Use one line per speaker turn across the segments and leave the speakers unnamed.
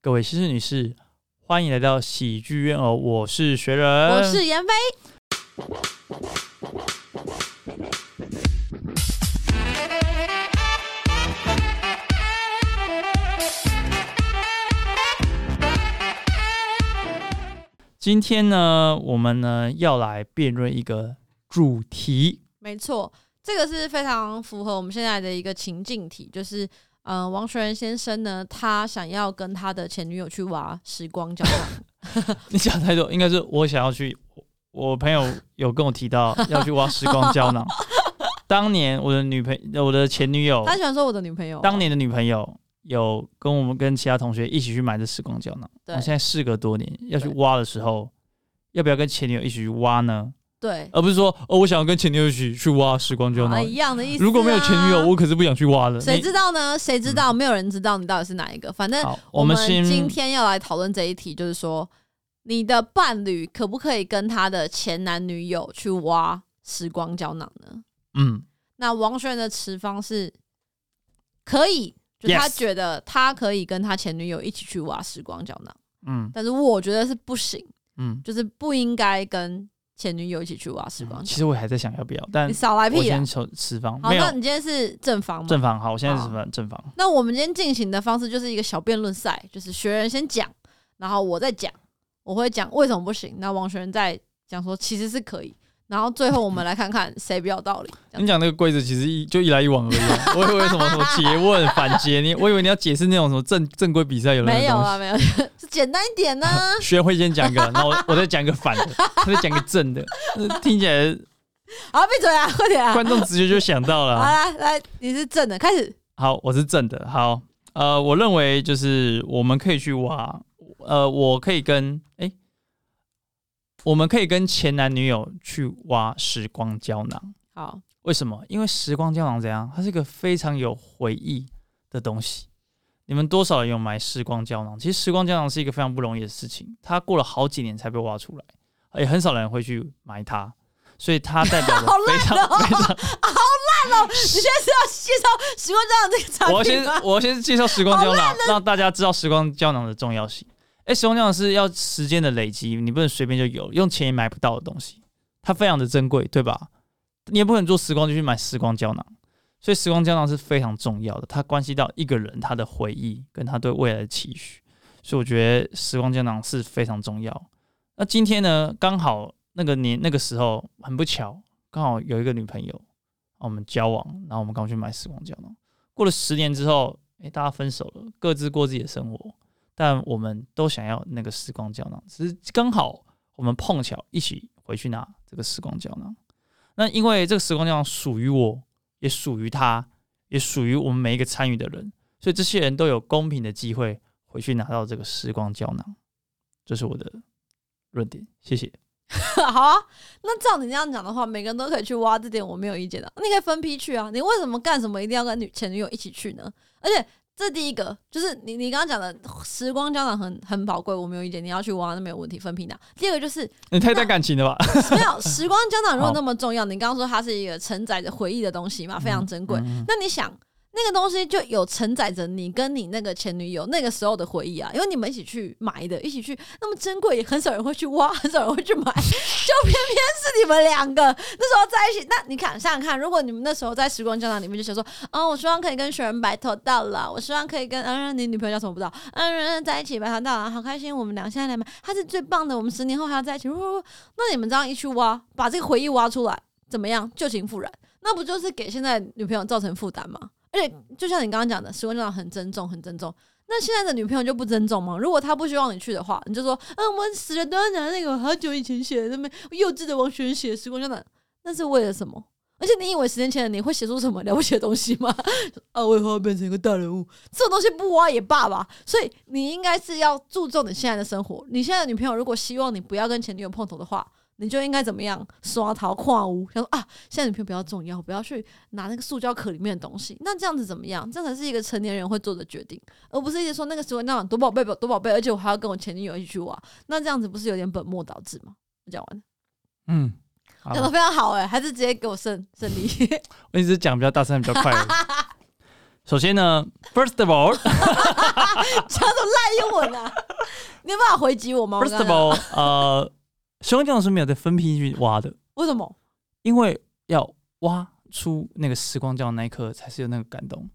各位先生女士，欢迎来到喜剧院哦，我是学人，
我是严飞。
今天呢，我们呢要来辩论一个主题，
没错，这个是非常符合我们现在的一个情境题，就是呃，王学仁先生呢，他想要跟他的前女友去挖时光胶囊，
你想太多，应该是我想要去，我我朋友有跟我提到要去挖时光胶 囊。当年我的女朋我的前女友，
他喜欢说我的女朋友，
哦当年的女朋友有跟我们跟其他同学一起去买这时光胶囊。
对
我现在事隔多年要去
对
挖的时候，要不要跟前女友一起去挖呢？
对，
而不是说哦，我想要跟前女友一起去挖时光胶
啊
囊。
一样的意
哦
思、
如果没有前女友，，我可是不想去挖的。
谁
那
知道呢？谁知道？没有人知道你到底是哪一个。反正
好，
我
们
们
先
今天要来讨论这一题，就是说你的伴侣可不可以跟他的前男女友去挖时光胶囊呢？
嗯，
那王轩的持方是可以，就是他
Yes
觉得他可以跟他前女友一起去挖时光胶囊，
嗯
但是我觉得是不行，
嗯，
就是不应该跟前女友一起去挖时光
其
胶
实我还在想要不要，但
囊。你少来
嗯我
屁啊
先！求持方，
好，
没有
那你今天是正方吗？
正方。好，我现在是
好
正方，正方。
那我们今天进行的方式就是一个小辩论赛，就是学人先讲，然后我再讲，我会讲为什么不行，那王学仁再讲说其实是可以，然后最后我们来看看谁比较有道理。这
你
样
讲那个规则其实一就一来一往而已啊、 我以为什么什么诘问、反诘，你我以为你要解释那种什么正正规比赛 有的那
没有
种东
啊，
西。
没有， 是简单一点呢、
学会先讲一个，然后我我再讲一个 反的，他再讲一个正的，呃听起来
好，闭嘴啊，快点啊！
观众直觉就想到了
好
啊。
来来，你是正的，开始。
好，我是正的。好，呃，我认为就是我们可以去挖，呃，我可以跟哎、我们可以跟前男女友去挖时光胶囊。
好，
为什么？因为时光胶囊怎样？它是一个非常有回忆的东西。你们多少人有买时光胶囊？其实时光胶囊是一个非常不容易的事情，它过了好几年才被挖出来，也很少人会去买它，所以它代表着非常、非常
你现在是要介绍时光胶囊这个
我要
产品
先
吗？
我要先介绍时光胶囊，让大家知道时光胶囊的重要性。哎、时光胶囊是要时间的累积，你不能随便就有，用钱也买不到的东西，它非常的珍贵，对吧？你也不可能做时光就去买时光胶囊，所以时光胶囊是非常重要的，它关系到一个人他的回忆跟他对未来的期许，所以我觉得时光胶囊是非常重要。那今天呢，刚好那个年那个时候很不巧，刚好有一个女朋友，我们交往，然后我们刚好去买时光胶囊。过了十年之后，诶，大家分手了，各自过自己的生活，但我们都想要那个时光胶囊，只是刚好我们碰巧一起回去拿这个时光胶囊。那因为这个时光胶囊属于我，也属于他，也属于我们每一个参与的人，所以这些人都有公平的机会回去拿到这个时光胶囊。这是我的论点，谢谢。
好啊，那照你这样讲的话，每个人都可以去挖，这点我没有意见的。你可以分批去啊，你为什么干什么一定要跟女前女友一起去呢？而且这第一个就是你你刚刚讲的时光胶囊很很宝贵，我没有意见，你要去挖那没有问题，分批拿。第二个就是
你太带感情了吧？
没有时光胶囊如
好
果那么重要，你刚刚说它是一个承载着回忆的东西嘛，非常珍贵。
嗯嗯
那你想，那个东西就有承载着你跟你那个前女友那个时候的回忆啊，因为你们一起去埋的，一起去那么珍贵，也很少人会去挖， 很少人会去买，就偏偏是你们两个那时候在一起。那你看，想想看，如果你们那时候在时光胶囊里面就想说，哦，我希望可以跟雪人白头到老，我希望可以跟嗯，你女朋友叫什么不知道，嗯，在一起白头到老，好开心，我们俩现在来嘛，他是最棒的，我们十年后还要在一起。呜呜呜那你们这样一去挖，把这个回忆挖出来，怎么样？旧情复燃，那不就是给现在女朋友造成负担吗？而且就像你刚刚讲的，时光胶囊很珍重，很珍重。那现在的女朋友就不尊重吗？如果她不希望你去的话，你就说，嗯，我死了都要拿那个好久以前写的那么幼稚的王璇写的时光胶囊，那是为了什么？而且你以为十年前的你会写出什么了不起的东西吗？ 啊，我以后要变成一个大人物，这种东西不挖也罢吧。所以你应该是要注重你现在的生活。你现在的女朋友如果希望你不要跟前女友碰头的话，你就应该怎么样刷逃跨屋，想说啊，现在女朋友比较重要，不要去拿那个塑胶壳里面的东西。那这样子怎么样？这才是一个成年人会做的决定，而不是一直说那个时候那样多宝贝多宝贝，而且我还要跟我前女友一起去玩。那这样子不是有点本末倒置吗？我讲完了，
嗯， 好
讲的非常好哎、还是直接给我胜胜利。
我一直讲比较大声，比较快而已。首先呢，first of all，
讲什么烂英文 啊？ 你有办法回击我吗？我
First
刚
of
刚
all，呃，熊教是没有在分批去挖的，
为什么？
因为要挖出那个时光胶囊那一刻才是有那个感动。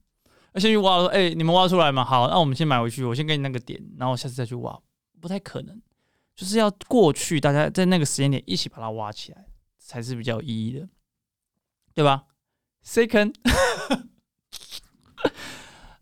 而且去挖说，哎、你们挖出来嘛？好，那我们先买回去，我先给你那个点，然后下次再去挖，不太可能。就是要过去，大家在那个时间点一起把它挖起来，才是比较有意义的，对吧？Second，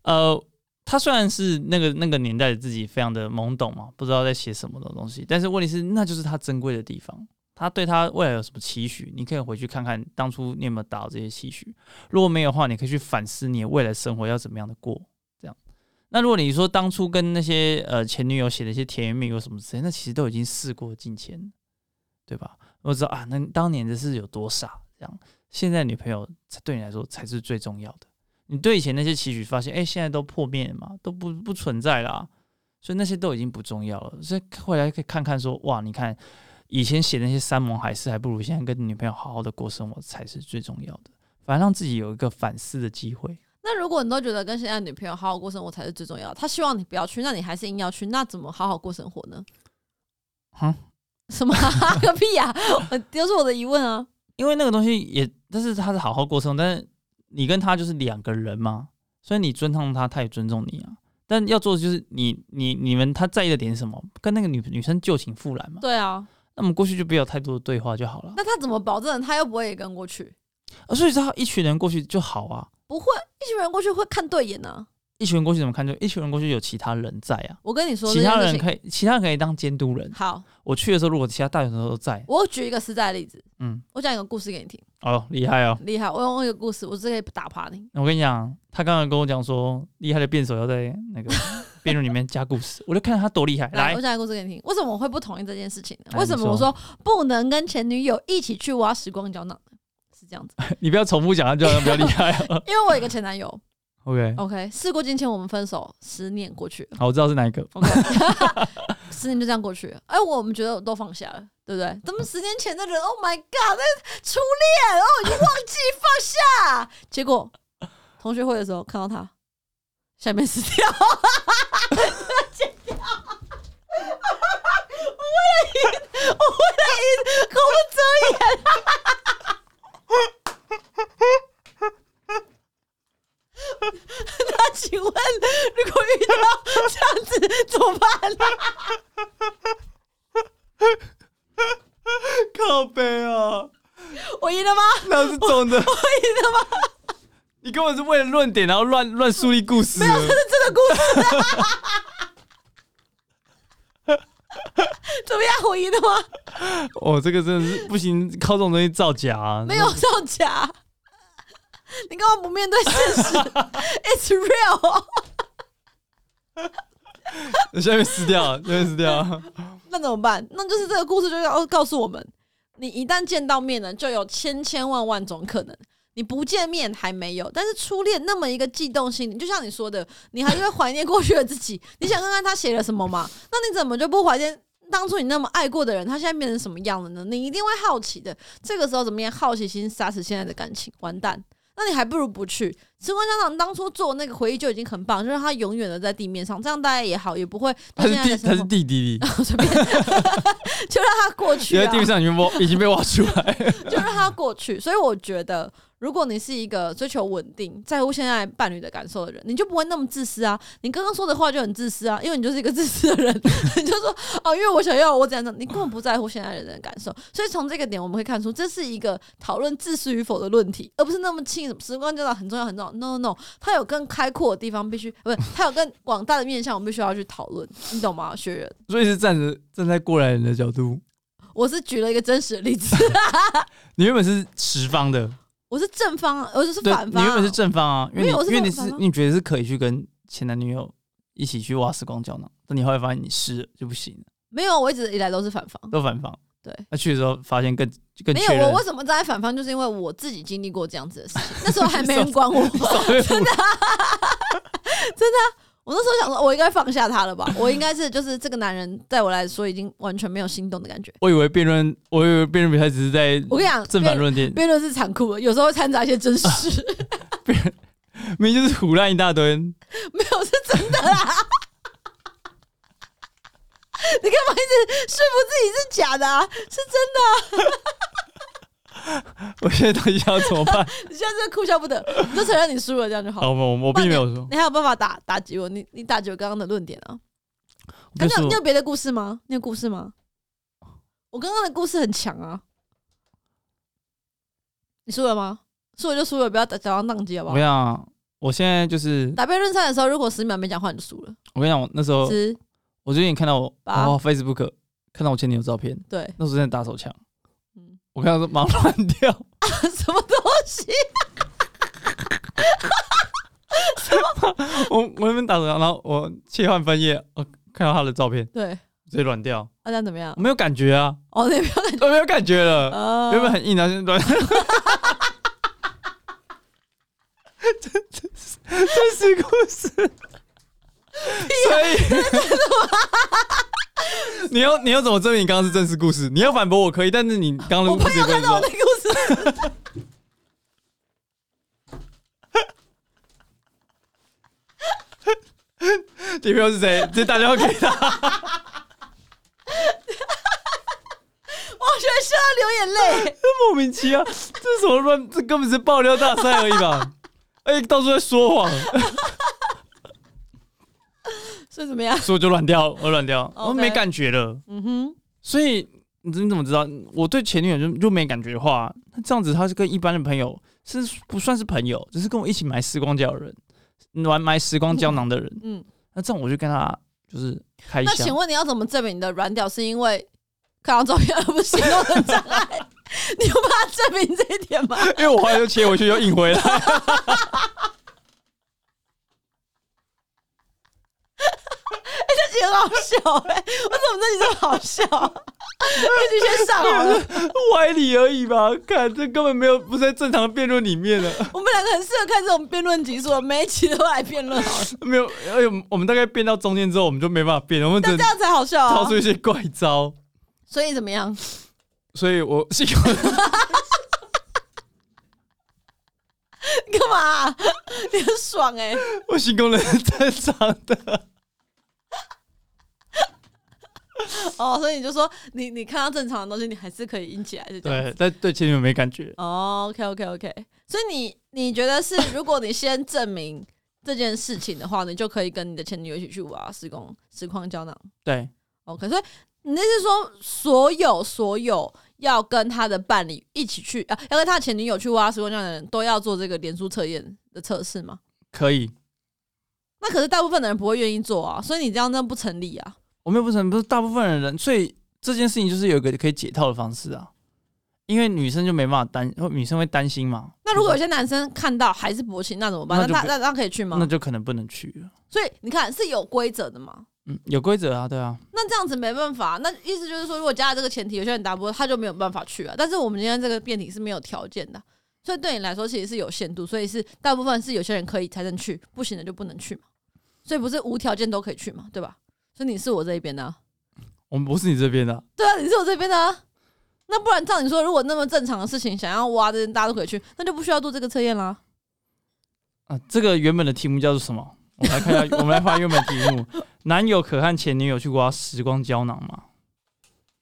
呃，他虽然是那个那个年代的自己非常的懵懂嘛，不知道在写什么的东西，但是问题是，那就是他珍贵的地方。他对他未来有什么期许？你可以回去看看当初你有没有达到这些期许。如果没有的话，你可以去反思你的未来生活要怎么样的过。这样，那如果你说当初跟那些呃前女友写的一些甜言蜜语什么之类，那其实都已经事过境迁，对吧？我知道啊，那当年的是有多傻，这样现在女朋友才对你来说才是最重要的。你对以前那些期许，发现哎、诶现在都破灭了嘛，都不不存在啦，所以那些都已经不重要了。所以回来可以看看说，哇，你看以前写的那些山盟海誓，还不如现在跟女朋友好好的过生活才是最重要的。反正让自己有一个反思的机会。
那如果你都觉得跟现在的女朋友好好过生活才是最重要的，她希望你不要去，那你还是硬要去，那怎么好好过生活呢？
嗯
什么、啊、个屁呀、我 就是我的疑问啊！
因为那个东西也，但是他是好好过生活，但是你跟他就是两个人嘛，所以你尊重他，他也尊重你啊。但要做的就是你你你们他在意的点是什么？跟那个女女生旧情复燃嘛。
对啊，
那我们过去就不要有太多的对话就好了。
那他怎么保证他又不会也跟过去？
啊所以他一群人过去就好啊，
不会，一群人过去会看对眼啊！
一群人过去怎么看就一群人过去有其他人在啊，
我跟你说，
其他
这件事
人
情
可以其他人可以当监督人。
好，
我去的时候如果其他大学生都在，
我举一个实在的例子，
嗯，
我讲一个故事给你听，
哦厉害哦。
厉害！我用一个故事，我直接打趴你。
我跟你讲，他刚刚跟我讲说，厉害的辩手要在 那个辩论里面加故事，我就看他多厉害。
来，
来
我，讲一个故事给你听。为什么我会不同意这件事情呢？
来
为什
你
么
说
我说不能跟前女友一起去挖时光胶囊呢？是这样子，
你不要重复讲，他就好像比较厉害哦。
因为我有一个前男友
OK，
，OK，事过境迁，我们分手十年过去 了
好，我知道是哪一个。
，OK，十年就这样过去了。哎，我们觉得都放下了，对不对？咱们十年前的人，Oh my God，那初恋，哦，已经忘记放下。 结果同学会的时候看到他，下面死掉，我为了赢，我为了赢，口不遮掩。那啊请问，如果遇到这样子怎么办呢？
靠背啊，
我赢了吗？
那是总的，
我 赢了吗？
你根本是为了论点，然后乱乱树立故事。
是这个故事、 怎么样？我赢了吗？
哦，这个真的是不行，靠这种东西造假、啊。
没有造假。 你干嘛不面对现实？It's real。
那，下面撕掉，下面撕掉。
那怎么办？那就是这个故事就要告诉我们，你一旦见到面了，就有千千万万种可能。你不见面还没有，但是初恋那么一个悸动心理，就像你说的，你还是会怀念过去的自己。你想看看他写了什么嘛？那你怎么就不怀念当初你那么爱过的人，他现在变成什么样了呢？你一定会好奇的。这个时候怎么样？好奇心杀死现在的感情，完蛋。那你还不如不去。时光胶囊当初做那个回忆就已经很棒，就让它永远的在地面上，这样大家也好，也不会
他是
现在
弟，
的
他是弟 弟弟，
生活 随便，就让它过去、
原来
啊
地，面上已经挖已经被挖出来。
就让它过去。所以我觉得，如果你是一个追求稳定、在乎现在伴侣的感受的人，你就不会那么自私啊。你刚刚说的话就很自私啊，因为你就是一个自私的人， 你就说哦，因为我想要我怎样怎样，你根本不在乎现在的人的感受。所以从这个点，我们会看出这是一个讨论自私与否的论题，而不是那么轻易什么时光胶囊很重要很重要。No No，no，它有更开阔的地方，必须不是它有更广大的面向，我们必须要去讨论，你懂吗，学员？
所以是站着站在过来人的角度，
我是举了一个真实的例子，
你原本是持方的，
我是正方啊，我就是
对，
反
你
方、
原
啊。
本是正方啊，因为你
没有我是
因为你
正
是
反方
你觉得是可以去跟前男女友一起去挖时光胶囊，但你后来发现你是就不行了，
没有，我一直以来都是反方。
都反方。
对，
那去的时候发现更更
没
确
有
认
我为什么站在反方，就是因为我自己经历过这样子的事情，那时候还 没人管我，
真的
我那时候想说，我应该放下他了吧？我应该是就是这个男人对我来说已经完全没有心动的感觉。
我以为辩论，我以为辩论比赛只是在
我跟你讲，
正反论点，
辩论是残酷的，有时候会掺杂一些真 实，
明明就是胡乱一大堆。
没有是真的啦。 一直说服自己是假的啊？是真
我现在到底要怎么 办？
的，你现在真的哭笑不得，你就承认你输了，这样就好。
好，我我并没有说，
你还有办法打打击我？你你打击我刚刚的论点啊？可
就是
你有你有
是
别的故事吗？你有故事吗？我刚刚的故事很强啊！你输了吗？输了就输了，不要假假装宕机好
我
不好
跟你？讲，啊我现在就是
打辩论赛的时候，如果十秒没讲话，你就输了。
我跟你讲，我那时候
十
我最近看到我
八
哦 Facebook 看到我前女友照片，
对，
那时候真的打手枪，
嗯，
我看到是忙乱掉，
什么东西？
我我那边打手枪，然后我切换分页，我看到她的照片，
对，
直接软掉，
那、啊、这样怎么样
我？没有感觉啊，
哦，那边
我没有感觉 了，
啊，
呃原本很硬的，现在软，真真真实故事，
啊
所以 你要你要怎么证明你刚刚是真实故事？你要反驳我可以，但是你刚刚的
我
故
朋
事
友
也不
看
能
到我
说
那。个故事，
女朋友是谁？直接打电话给他。
我觉得需要流眼泪。
莫名其妙，这是什么乱？这根本是爆料大赛而已吧？ 哎、到处在说谎，
所以怎么样？
所以我就软掉，我软掉
OK
我没感觉了。
嗯哼，
所以你你怎么知道我对前女友就就没感觉的话？那这样子他是跟一般的朋友是不算是朋友，只是跟我一起买时光胶的人，玩买时光胶囊的 人。
嗯。
那这样我就跟他就是开
那请
箱。
问你要怎么证明你的软屌是因为看到照片而不是行动的障碍？ 你有办法证明这一点吗？
因为我后来又切回去又硬回来，
这集很好笑哎、我怎么这集这么好笑？这集先上好了，
歪理而已吧？看这根本没有不是在正常的辩论里面啊了。
我们两个很适合看这种辩论集数了，每一集都来辩论好了，
没有，哎呦，我们大概变到中间之后，我们就没办法变，我们只
但
能
这样才好笑啊
掏！出一些怪招。
所以怎么样？
所以 我是有，
干嘛 啊、你很爽哎、
我性功能是正常的，
哦，所以你就说你你看到正常的东西，你还是可以硬起来，是这样子
对，但对前女友没感觉。
哦，OK OK OK，所以你你觉得是，如果你先证明这件事情的话，你就可以跟你的前女友一起去啊挖时光时光胶囊。
对，
OK，所以哦你那是说所有所有要跟他的伴侣一起去啊，要跟他的前女友去挖时光胶囊的人都要做这个脸书测验的测试吗？
可以，
那可是大部分的人不会愿意做啊，所以你这样真的不成立啊。
我们又不是很不是大部分的人，所以这件事情就是有一个可以解套的方式啊。因为女生就没办法担，女生会担心嘛。
那如果有些男生看到还是勃起，那怎么办？
那
那
就
他
不
那那可以去
那
吗？
就可能不能去了。
所以你看是有规则的嘛。
嗯，有规则啊，对啊，
那这样子没办法，那意思就是说，如果加了这个前提，有些人达不到，他就没有办法去啊。但是我们今天这个辩题是没有条件的，所以对你来说其实是有限度，所以是大部分是有些人可以才能去，不行的就不能去嘛。所以不是无条件都可以去嘛，对吧？所以你是我这一边的啊、
我们不是你这边的啊，
对啊，你是我这边的啊、那不然照你说，如果那么正常的事情，想要挖的大家都可以去，那就不需要做这个测验啦。
啊，这个原本的题目叫做什么？我们来看一 下，我们来翻原本的题目：男友可和前女友去挖时光胶囊吗？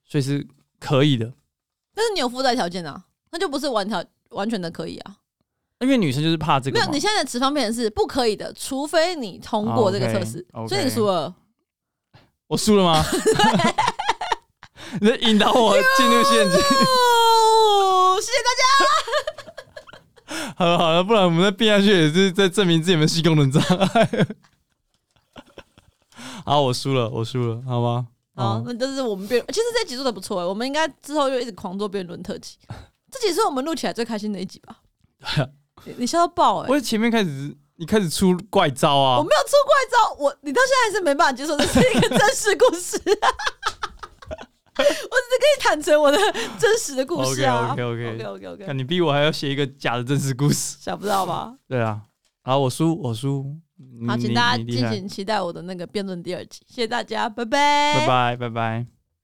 所以是可以的，
但是你有附带条件啊，那就不是完条完全的可以啊。
因为女生就是怕这
没
个
有，
嘛
你。现在的持方辩是不可以的，除非你通过这个测试。
哦，OK，OK
所以你输了。
我输了 吗？你在引导我进入陷阱。
哦，谢谢大家。
好了好了，不然我们再变下去也是在证明自己有没有性功能障碍。好，我输了，我输了， 好吗？
好，
哦，
那这是我们辩，其实这集做的不错、欸，我们应该之后就一直狂做辩论特辑。这集是我们录起来最开心的一集吧？你你笑到爆哎、
啊我前面开始，你开始出怪招
我
啊
没！有出怪招，我你到现在还是没办法接受这是一个真实故事、 我只是跟你坦诚我的真实的故事啊。
OK，OK，OK
OK OK
看
OK，
你逼我还要写一个假的真实故事。
想不到吧？
对啊，好，我输，我输。
好，
你
请大家
你厉
敬
害
请期待我的那个辩论第二集。谢谢大家，拜
拜拜，拜拜。